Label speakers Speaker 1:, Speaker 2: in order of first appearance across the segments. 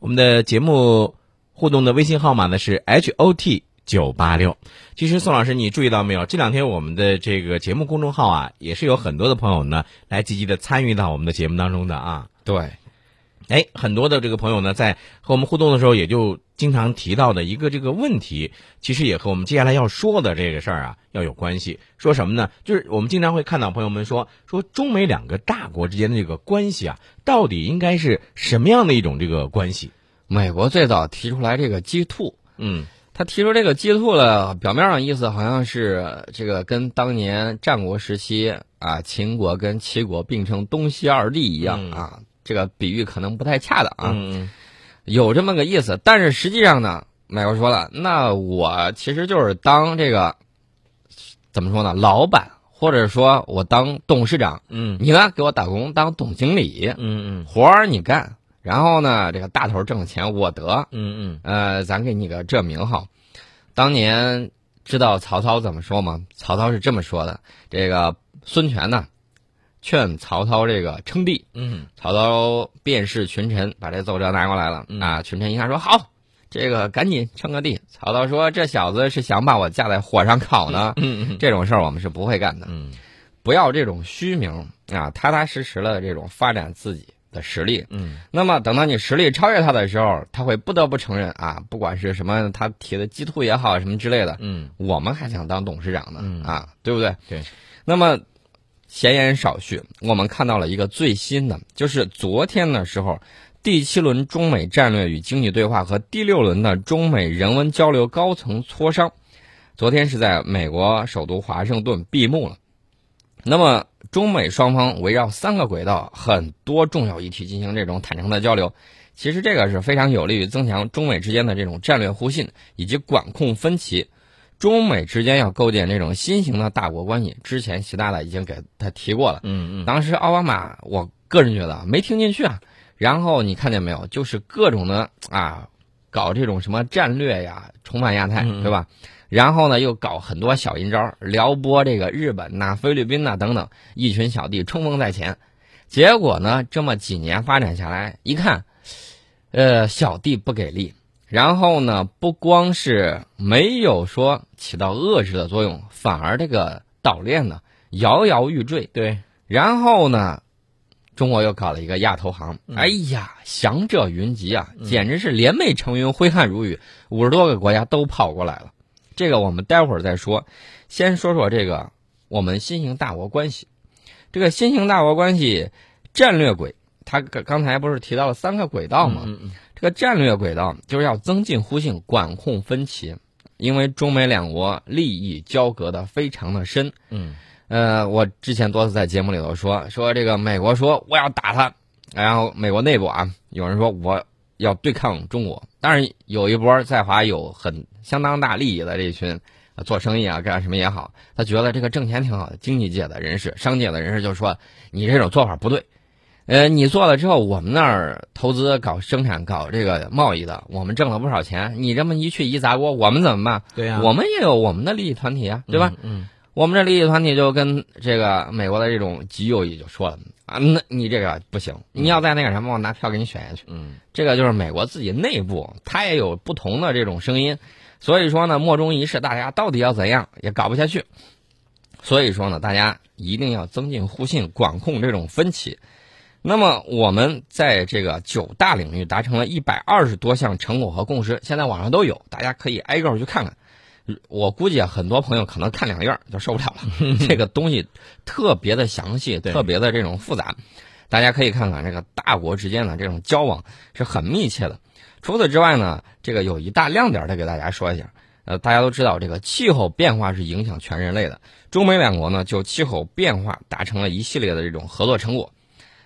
Speaker 1: 我们的节目互动的微信号码呢是 H O T 九八六。其实宋老师，你注意到没有？这两天我们的这个节目公众号啊，也是有很多的朋友呢来积极的参与到我们的节目当中的啊。
Speaker 2: 对，
Speaker 1: 哎，很多的这个朋友呢，在和我们互动的时候，也就经常提到的一个这个问题，其实也和我们接下来要说的这个事儿啊，要有关系。说什么呢？就是我们经常会看到朋友们说，说中美两个大国之间的这个关系啊，到底应该是什么样的一种这个关系？
Speaker 2: 美国最早提出来这个 G two，
Speaker 1: 嗯
Speaker 2: 他提出这个 G two 了，表面上意思好像是这个跟当年战国时期啊秦国跟齐国并称东西二帝一样
Speaker 1: 嗯
Speaker 2: 啊，这个比喻可能不太恰当啊。
Speaker 1: 嗯
Speaker 2: 有这么个意思，但是实际上呢，美国说了，那我其实就是当这个怎么说呢，老板，或者说我当董事长，
Speaker 1: 嗯
Speaker 2: 你呢给我打工当总经理，
Speaker 1: 嗯嗯
Speaker 2: 活儿你干，然后呢这个大头挣钱我得，
Speaker 1: 嗯
Speaker 2: 呃，咱给你个这名号。当年知道曹操怎么说吗？曹操是这么说的：这个孙权呢，劝曹操这个称帝，
Speaker 1: 嗯
Speaker 2: 曹操便是群臣，把这奏折拿过来了
Speaker 1: 嗯
Speaker 2: 啊。群臣一看说好，这个赶紧称个帝。曹操说这小子是想把我架在火上烤呢，
Speaker 1: 嗯
Speaker 2: 这种事儿我们是不会干的，
Speaker 1: 嗯
Speaker 2: 不要这种虚名啊，踏踏实实的这种发展自己的实力。
Speaker 1: 嗯
Speaker 2: 那么等到你实力超越他的时候，他会不得不承认啊，不管是什么他提的鸡兔也好，什么之类的，
Speaker 1: 嗯
Speaker 2: 我们还想当董事长呢、
Speaker 1: 嗯
Speaker 2: 啊，对不对？
Speaker 1: 对。
Speaker 2: 那么闲言少叙，我们看到了一个最新的，就是昨天的时候，第七轮中美战略与经济对话和第六轮的中美人文交流高层磋商，昨天是在美国首都华盛顿闭幕了。那么，中美双方围绕三个轨道，很多重要议题进行这种坦诚的交流。其实这个是非常有利于增强中美之间的这种战略互信以及管控分歧。中美之间要构建这种新型的大国关系，之前习大大已经给他提过了。
Speaker 1: 嗯嗯
Speaker 2: 当时奥巴马，我个人觉得没听进去啊。然后你看见没有，就是各种的啊，搞这种什么战略呀，重返亚太，
Speaker 1: 嗯嗯
Speaker 2: 对吧？然后呢，又搞很多小阴招，撩拨这个日本呐、菲律宾呐、等等，一群小弟冲锋在前。结果呢，这么几年发展下来，一看，呃，小弟不给力。然后呢，不光是没有说起到遏制的作用，反而这个岛链呢摇摇欲坠，
Speaker 1: 对
Speaker 2: 然后呢，中国又搞了一个亚投行，
Speaker 1: 嗯
Speaker 2: 哎呀，祥者云集啊，简直是联袂成云，挥汗如雨，五十多个国家都跑过来了。这个我们待会儿再说，先说说这个我们新型大国关系。这个新型大国关系战略轨，它刚刚才不是提到了三个轨道吗？
Speaker 1: 嗯
Speaker 2: 这个战略轨道就是要增进互信，管控分歧，因为中美两国利益交隔的非常的深。
Speaker 1: 嗯
Speaker 2: 呃，我之前多次在节目里头说说这个美国说我要打他，然后美国内部啊有人说我要对抗中国，当然有一波在华有很相当大利益的这群、呃做生意啊干什么也好，他觉得这个挣钱挺好的，经济界的人士、商界的人士就说你这种做法不对，呃，你做了之后我们那儿投资搞生产搞这个贸易的，我们挣了不少钱，你这么一去一砸锅，我们怎么办？
Speaker 1: 对呀，
Speaker 2: 我们也有我们的利益团体啊，对吧？？
Speaker 1: 嗯
Speaker 2: 我们这利益团体就跟这个美国的这种极右翼就说了啊，那你这个不行，你要在那个什么，我拿票给你选下去。
Speaker 1: 嗯
Speaker 2: 这个就是美国自己内部，它也有不同的这种声音，所以说呢，莫衷一是，大家到底要怎样也搞不下去。所以说呢，大家一定要增进互信，管控这种分歧。那么我们在这个九大领域达成了一百二十多项成果和共识，现在网上都有，大家可以挨个儿去看看。我估计啊，很多朋友可能看两页儿就受不了了，这个东西特别的详细，
Speaker 1: 对
Speaker 2: 特别的这种复杂，大家可以看看这个大国之间的这种交往是很密切的。除此之外呢，这个有一大亮点儿得给大家说一下。呃，大家都知道，这个气候变化是影响全人类的。中美两国呢，就气候变化达成了一系列的这种合作成果，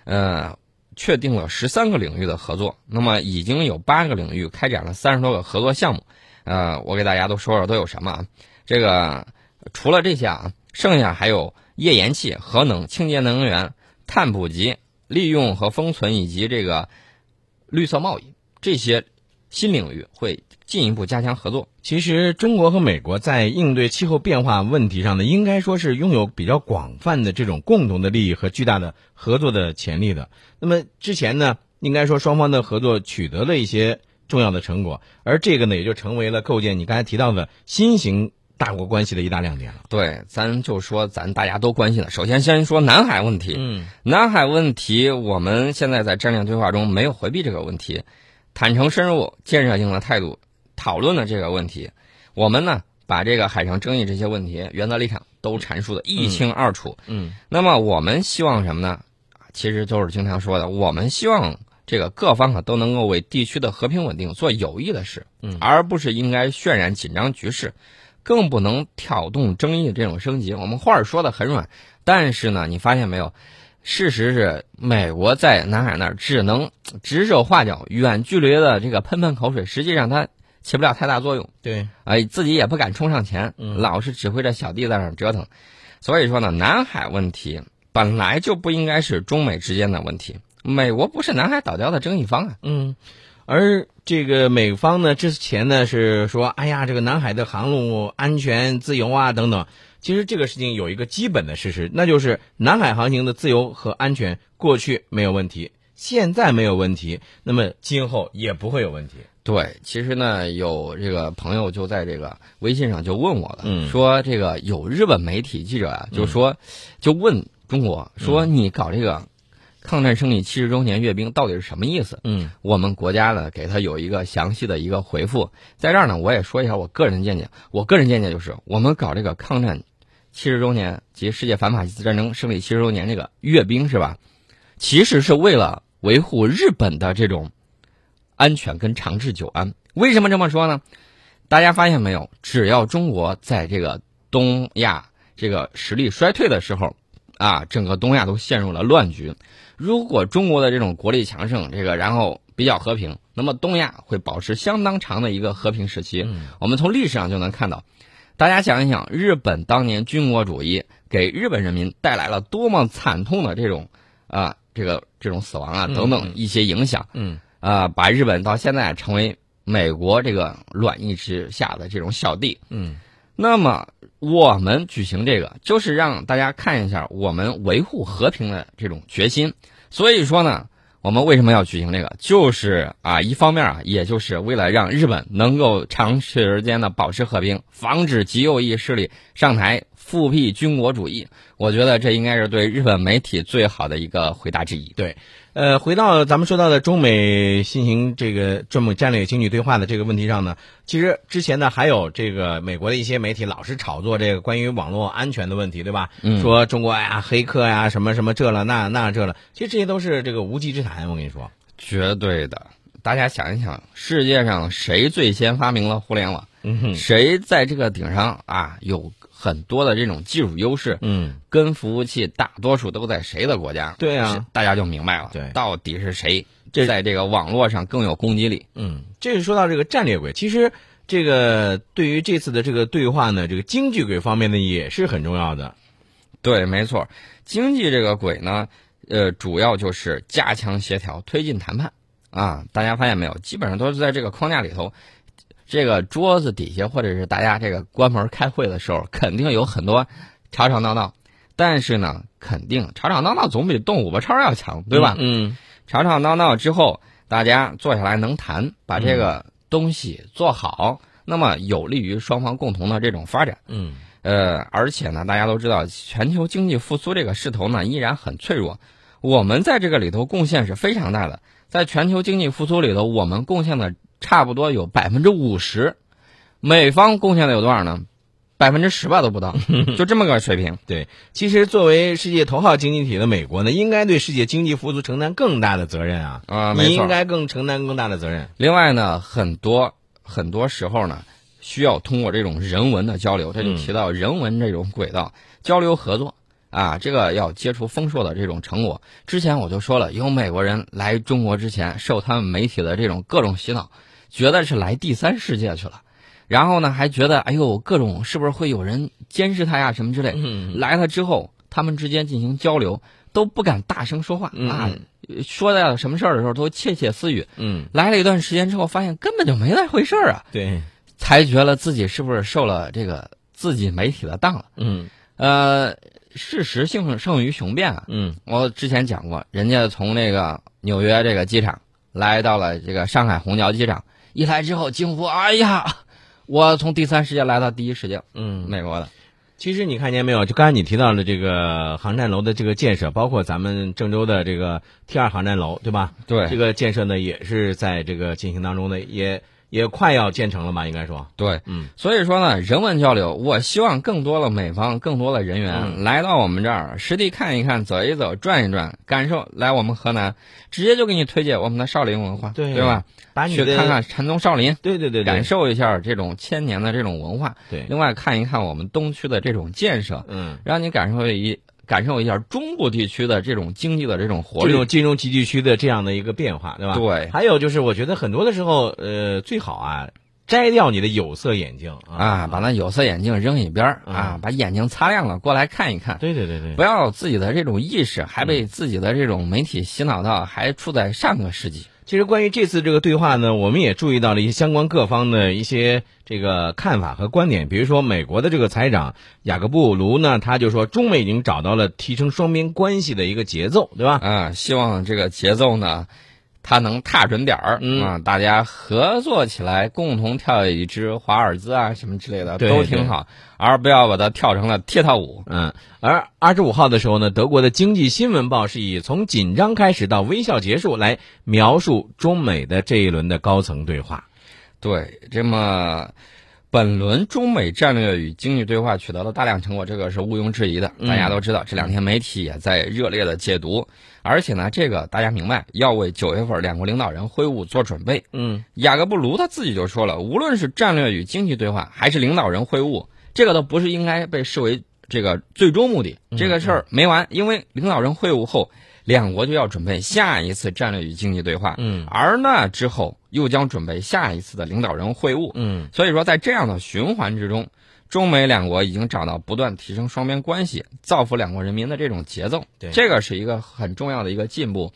Speaker 2: 呃，确定了十三个领域的合作。那么已经有八个领域开展了三十多个合作项目。呃，我给大家都说说都有什么啊？这个除了这些啊，剩下还有页岩气、核能、清洁能源、碳捕集、利用和封存以及这个绿色贸易这些新领域会进一步加强合作。
Speaker 1: 其实，中国和美国在应对气候变化问题上呢，应该说是拥有比较广泛的这种共同的利益和巨大的合作的潜力的。那么之前呢，应该说双方的合作取得了一些重要的成果，而这个呢，也就成为了构建你刚才提到的新型大国关系的一大亮点了。
Speaker 2: 对，咱就说咱大家都关心的，首先先说南海问题。
Speaker 1: 嗯
Speaker 2: 南海问题，我们现在在战略对话中没有回避这个问题，坦诚深入、建设性的态度讨论了这个问题。我们呢，把这个海上争议这些问题、原则立场都阐述的一清二楚。
Speaker 1: 嗯
Speaker 2: 那么我们希望什么呢？其实就是经常说的，我们希望这个各方啊都能够为地区的和平稳定做有益的事，
Speaker 1: 嗯
Speaker 2: 而不是应该渲染紧张局势，更不能挑动争议这种升级。我们话儿说的很软，但是呢，你发现没有？事实是，美国在南海那儿只能呃指手画脚，远距离的这个喷喷口水，实际上它起不了太大作用。
Speaker 1: 对，
Speaker 2: 哎，自己也不敢冲上前，
Speaker 1: 嗯
Speaker 2: 老是指挥着小弟在那儿折腾。所以说呢，南海问题本来就不应该是中美之间的问题。美国不是南海岛礁的争议方啊，
Speaker 1: 嗯，而这个美方呢，之前呢是说，哎呀，这个南海的航路安全、自由啊等等。其实这个事情有一个基本的事实，那就是南海航行的自由和安全过去没有问题，现在没有问题，那么今后也不会有问题。
Speaker 2: 对，其实呢，有这个朋友就在这个微信上就问我了，
Speaker 1: 嗯
Speaker 2: 说这个有日本媒体记者啊，就说，就问中国说你搞这个抗战胜利七十周年阅兵到底是什么意思？
Speaker 1: 嗯
Speaker 2: 我们国家呢给他有一个详细的一个回复。在这儿呢，我也说一下我个人见解。我个人见解就是，我们搞这个抗战七十周年及世界反法西斯战争胜利七十周年这个阅兵是吧？其实是为了维护日本的这种安全跟长治久安。为什么这么说呢？大家发现没有？只要中国在这个东亚这个实力衰退的时候，啊，整个东亚都陷入了乱局。如果中国的这种国力强盛，这个然后比较和平，那么东亚会保持相当长的一个和平时期。
Speaker 1: 嗯
Speaker 2: 我们从历史上就能看到，大家想一想，日本当年军国主义给日本人民带来了多么惨痛的这种啊、这个这种死亡啊
Speaker 1: 嗯
Speaker 2: 等等一些影响。
Speaker 1: 嗯
Speaker 2: 啊，把日本到现在成为美国这个软硬之下的这种小弟。
Speaker 1: 嗯
Speaker 2: 那么我们举行这个，就是让大家看一下我们维护和平的这种决心。所以说呢，我们为什么要举行这个？就是啊，一方面啊，也就是为了让日本能够长时间的保持和平，防止极右翼势力上台复辟军国主义。我觉得这应该是对日本媒体最好的一个回答之一。
Speaker 1: 呃，回到咱们说到的中美进行这个中美战略经济对话的这个问题上呢，其实之前呢还有这个美国的一些媒体老是炒作这个关于网络安全的问题，对吧？
Speaker 2: 嗯
Speaker 1: 说中国呀、黑客呀、什么什么这了那那这了，其实这些都是这个无稽之谈。我跟你说，
Speaker 2: 绝对的。大家想一想，世界上谁最先发明了互联网？
Speaker 1: 嗯哼，
Speaker 2: 谁在这个顶上啊有很多的这种技术优势？
Speaker 1: 嗯
Speaker 2: 跟服务器大多数都在谁的国家？
Speaker 1: 对啊
Speaker 2: 是，大家就明白了，
Speaker 1: 对
Speaker 2: 到底是谁
Speaker 1: 这
Speaker 2: 在这个网络上更有攻击力？
Speaker 1: 嗯，这是说到这个战略轨，其实这个对于这次的这个对话呢，这个经济轨方面呢也是很重要的。
Speaker 2: 对，没错，经济这个轨呢，呃，主要就是加强协调，推进谈判啊。大家发现没有？基本上都是在这个框架里头，这个桌子底下或者是大家这个关门开会的时候，肯定有很多吵吵闹闹。但是呢，肯定吵吵闹闹总比动五八超要强，对吧？
Speaker 1: 嗯
Speaker 2: 吵吵闹闹之后，大家坐下来能谈，把这个东西做好，那么有利于双方共同的这种发展。
Speaker 1: 嗯
Speaker 2: 呃，而且呢，大家都知道，全球经济复苏这个势头呢依然很脆弱。我们在这个里头贡献是非常大的，在全球经济复苏里头，我们贡献的差不多有百分之五十，美方贡献的有多少呢？百分之十吧都不 到，就这么个水平。
Speaker 1: 其实，作为世界头号经济体的美国呢，应该对世界经济复苏承担更大的责任啊！
Speaker 2: 啊没
Speaker 1: 你
Speaker 2: 错
Speaker 1: 应该更承担更大的责任。
Speaker 2: 另外呢，很多很多时候呢，需要通过这种人文的交流，
Speaker 1: 嗯
Speaker 2: 这就提到人文这种轨道、交流合作啊，这个要接触丰硕的这种成果。之前我就说了，有美国人来中国之前，受他们媒体的这种各种洗脑，觉得是来第三世界去了。然后呢，还觉得哎呦，各种是不是会有人监视他呀，什么之类。
Speaker 1: 嗯
Speaker 2: 来了之后，他们之间进行交流，都不敢大声说话、
Speaker 1: 嗯
Speaker 2: 啊，说到什么事儿的时候都窃窃私语。
Speaker 1: 嗯，
Speaker 2: 来了一段时间之后，发现根本就没那回事儿啊，
Speaker 1: 对，
Speaker 2: 才觉得自己是不是受了这个自己媒体的当了。
Speaker 1: 嗯
Speaker 2: 呃，事实性胜于雄辩啊！
Speaker 1: 嗯
Speaker 2: 我之前讲过，人家从那个纽约这个机场来到了这个上海虹桥机场，一来之后惊呼：“哎呀，我从第三世界来到第一世界，
Speaker 1: 嗯，
Speaker 2: 美国的。
Speaker 1: 其实你看见没有？就刚才你提到了这个航站楼的这个建设，包括咱们郑州的这个 T 二航站楼，对吧？”
Speaker 2: 对
Speaker 1: 这个建设呢也是在这个进行当中的，也也快要建成了吧？应该说，
Speaker 2: 对，
Speaker 1: 嗯
Speaker 2: 所以说呢，人文交流，我希望更多的美方、更多的人
Speaker 1: 嗯
Speaker 2: 员来到我们这儿，实地看一看、走一走、转一转，感受来我们河南，直接就给你推荐我们的少林文化，
Speaker 1: 对
Speaker 2: 吧？
Speaker 1: 把你
Speaker 2: 去
Speaker 1: 的
Speaker 2: 看看禅宗少林，
Speaker 1: 对对对
Speaker 2: 感
Speaker 1: 对
Speaker 2: 受一下这种千年的这种文化，
Speaker 1: 对，
Speaker 2: 另外看一看我们东区的这种建设，
Speaker 1: 嗯，
Speaker 2: 让你感受一感受一下中部地区的这种经济的这种活
Speaker 1: 这种
Speaker 2: 力。
Speaker 1: 金融集聚区的这样的一个变化，对吧？
Speaker 2: 对
Speaker 1: 还有就是，我觉得很多的时候，呃，最好啊，摘掉你的有色眼镜
Speaker 2: 啊，把那有色眼镜扔一边儿
Speaker 1: 嗯
Speaker 2: 啊，把眼睛擦亮了，过来看一看。
Speaker 1: 对对对对嗯
Speaker 2: 不，要有自己的这种意识，还被自己的这种媒体洗脑到，还处在上个世纪。
Speaker 1: 其实关于这次这个对话呢，我们也注意到了一些相关各方的一些这个看法和观点。比如说，美国的这个财长雅各布·卢呢，他就说，中美已经找到了提升双边关系的一个节奏，对吧？
Speaker 2: 啊，希望这个节奏呢，它能踏准点儿、
Speaker 1: 嗯
Speaker 2: 啊，大家合作起来，共同跳一支华尔兹啊什么之类的
Speaker 1: 对
Speaker 2: 都挺好，而不要把它跳成了踢踏舞。
Speaker 1: 嗯，而二十五号的时候呢，德国的《经济新闻报》是以“从紧张开始到微笑结束”来描述中美的这一轮的高层对话。
Speaker 2: 对，这么。本轮中美战略与经济对话取得了大量成果，这个是毋庸置疑的。
Speaker 1: 嗯
Speaker 2: 大家都知道，这两天媒体也在热烈的解读，而且呢，这个大家明白，要为九月份两国领导人会晤做准备。
Speaker 1: 嗯，
Speaker 2: 雅各布卢他自己就说了，无论是战略与经济对话，还是领导人会晤，这个都不是应该被视为这个最终目的。
Speaker 1: 嗯
Speaker 2: 这个事儿没完，因为领导人会晤后，两国就要准备下一次战略与经济对话，
Speaker 1: 嗯
Speaker 2: 而那之后又将准备下一次的领导人会晤。
Speaker 1: 嗯
Speaker 2: 所以说，在这样的循环之中，中美两国已经找到不断提升双边关系、造福两国人民的这种节奏。
Speaker 1: 对嗯
Speaker 2: 这个是一个很重要的一个进步。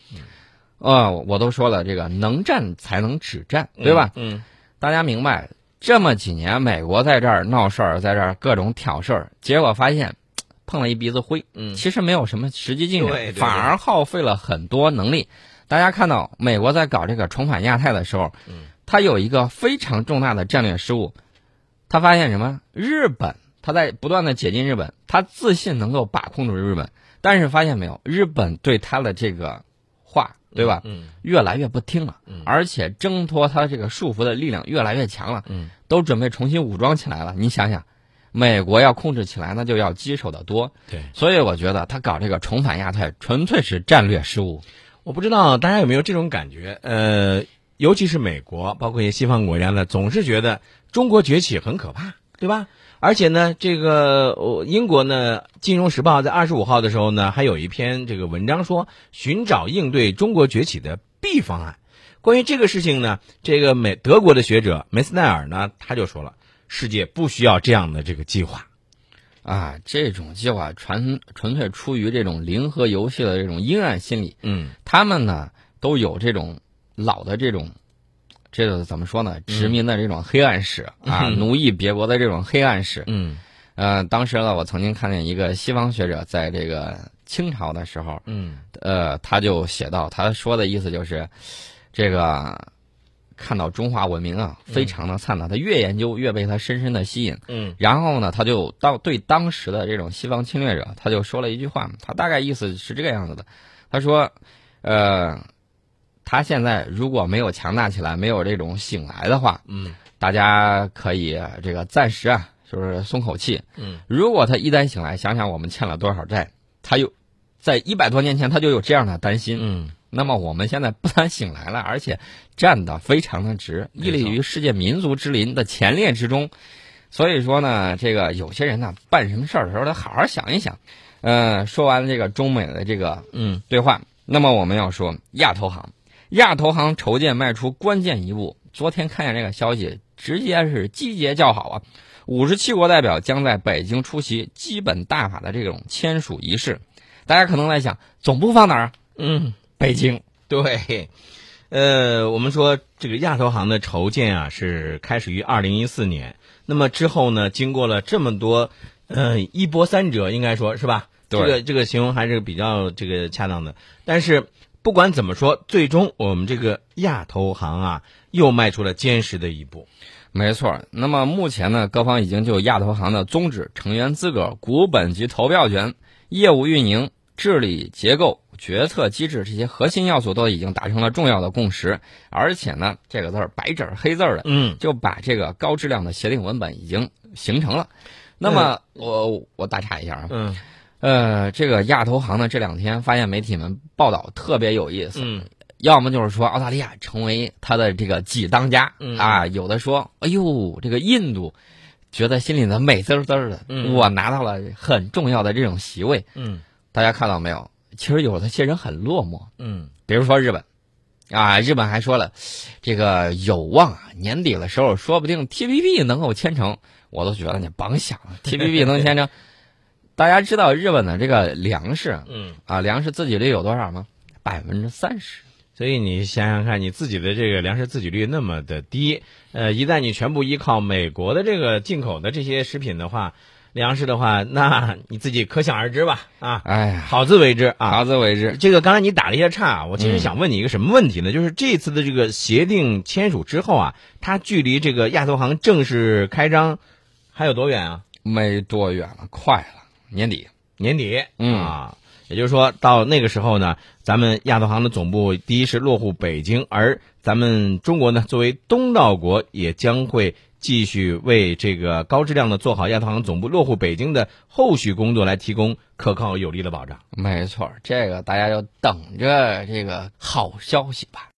Speaker 2: 呃，我都说了，这个能战才能止战，对吧？？
Speaker 1: 嗯，
Speaker 2: 大家明白，这么几年美国在这儿闹事儿，在这儿各种挑事儿，结果发现碰了一鼻子灰，
Speaker 1: 嗯
Speaker 2: 其实没有什么实际进展，
Speaker 1: 对对对
Speaker 2: 反而耗费了很多能力。大家看到美国在搞这个重返亚太的时候，
Speaker 1: 嗯
Speaker 2: 他有一个非常重大的战略失误，他发现什么？日本，他在不断的解禁日本，他自信能够把控住日本，但是发现没有，日本对他的这个话，对吧？
Speaker 1: 嗯
Speaker 2: 越来越不听了
Speaker 1: 嗯，
Speaker 2: 而且挣脱他这个束缚的力量越来越强了，
Speaker 1: 嗯
Speaker 2: 都准备重新武装起来了。你想想，美国要控制起来，那就要棘手的多。
Speaker 1: 对。
Speaker 2: 所以我觉得他搞这个重返亚太，纯粹是战略失误。
Speaker 1: 我不知道大家有没有这种感觉，呃，尤其是美国，包括一些西方国家呢，总是觉得中国崛起很可怕，对吧？而且呢，这个呃英国呢，《金融时报》在二十五号的时候呢，还有一篇这个文章说，寻找应对中国崛起的 B 方案。关于这个事情呢，这个美德国的学者梅斯奈尔呢，他就说了，世界不需要这样的这个计划。
Speaker 2: 啊，这种计划纯纯粹出于这种零和游戏的这种阴暗心理，
Speaker 1: 嗯
Speaker 2: 他们呢都有这种老的这种，这个怎么说呢？殖民的这种黑暗史、啊，
Speaker 1: 嗯
Speaker 2: 奴役别国的这种黑暗史。
Speaker 1: 嗯
Speaker 2: 呃，当时呢，我曾经看见一个西方学者在这个清朝的时候，
Speaker 1: 嗯
Speaker 2: 呃，他就写到，他说的意思就是，这个看到中华文明啊，非常的灿烂，他越研究越被他深深的吸引。
Speaker 1: 嗯
Speaker 2: 然后呢，他就当对当时的这种西方侵略者，他就说了一句话，他大概意思是这个样子的，他说，呃，他现在如果没有强大起来，没有这种醒来的话，
Speaker 1: 嗯
Speaker 2: 大家可以这个暂时啊，就是松口气。
Speaker 1: 嗯，
Speaker 2: 如果他一旦醒来，想想我们欠了多少债，他又在一百多年前他就有这样的担心。
Speaker 1: 嗯，
Speaker 2: 那么我们现在不但醒来了，而且站得非常的直，
Speaker 1: 没错
Speaker 2: 屹立于世界民族之林的前列之中。所以说呢，这个有些人呢，办什么事儿的时候，得好好想一想。呃，说完这个中美的这个
Speaker 1: 嗯
Speaker 2: 对话，那么我们要说亚投行，亚投行筹建迈出关键一步。昨天看见这个消息，直接是击节叫好啊！五十七国代表将在北京出席基本大法的这种签署仪式。大家可能在想，总部放哪儿啊？
Speaker 1: 嗯。
Speaker 2: 北京。
Speaker 1: 对，呃，我们说这个亚投行的筹建啊，是开始于二零一四年。那么之后呢，经过了这么多，呃，一波三折，应该说是吧？这个这个形容还是比较这个恰当的。但是不管怎么说，最终我们这个亚投行啊，又迈出了坚实的一步。
Speaker 2: 没错，那么目前呢，各方已经就亚投行的宗旨、成员资格、股本及投票权、业务运营、治理结构、决策机制这些核心要素都已经达成了重要的共识，而且呢，这个字儿白纸儿黑字儿的，
Speaker 1: 嗯，
Speaker 2: 就把这个高质量的协定文本已经形成了。那么我我打岔一下啊，
Speaker 1: 嗯
Speaker 2: 呃，这个亚投行呢这两天发现媒体们报道特别有意思，
Speaker 1: 嗯
Speaker 2: 要么就是说澳大利亚成为他的这个几当家、
Speaker 1: 嗯
Speaker 2: 啊，有的说，哎呦，这个印度觉得心里头美滋滋的，
Speaker 1: 嗯
Speaker 2: 我拿到了很重要的这种席位。
Speaker 1: 嗯
Speaker 2: 大家看到没有？其实有的些人很落寞，
Speaker 1: 嗯
Speaker 2: 比如说日本，啊，日本还说了，这个有望啊，年底的时候说不定 TPP 能够签成，我都觉得你甭想 了，TPP 能签成。大家知道日本的这个粮食
Speaker 1: 嗯，
Speaker 2: 啊，粮食自给率有多少吗？百分之三十。
Speaker 1: 所以你想想看，你自己的这个粮食自给率那么的低，呃，一旦你全部依靠美国的这个进口的这些食品的话，粮食的话，那你自己可想而知吧，啊，
Speaker 2: 哎呀，
Speaker 1: 好自为之啊。
Speaker 2: 好自为之。
Speaker 1: 这个刚才你打了一下岔，啊我其实想问你一个什么问题呢？就是这次的这个协定签署之后啊，它距离这个亚投行正式开张还有多远啊？
Speaker 2: 没多远了，快了，年底。
Speaker 1: 年底，
Speaker 2: 嗯
Speaker 1: 啊，也就是说到那个时候呢，咱们亚投行的总部第一是落户北京，而咱们中国呢，作为东道国，也将会继续为这个高质量的做好亚投行总部落户北京的后续工作来提供可靠有力的保障。
Speaker 2: 没错，这个大家就等着这个好消息吧。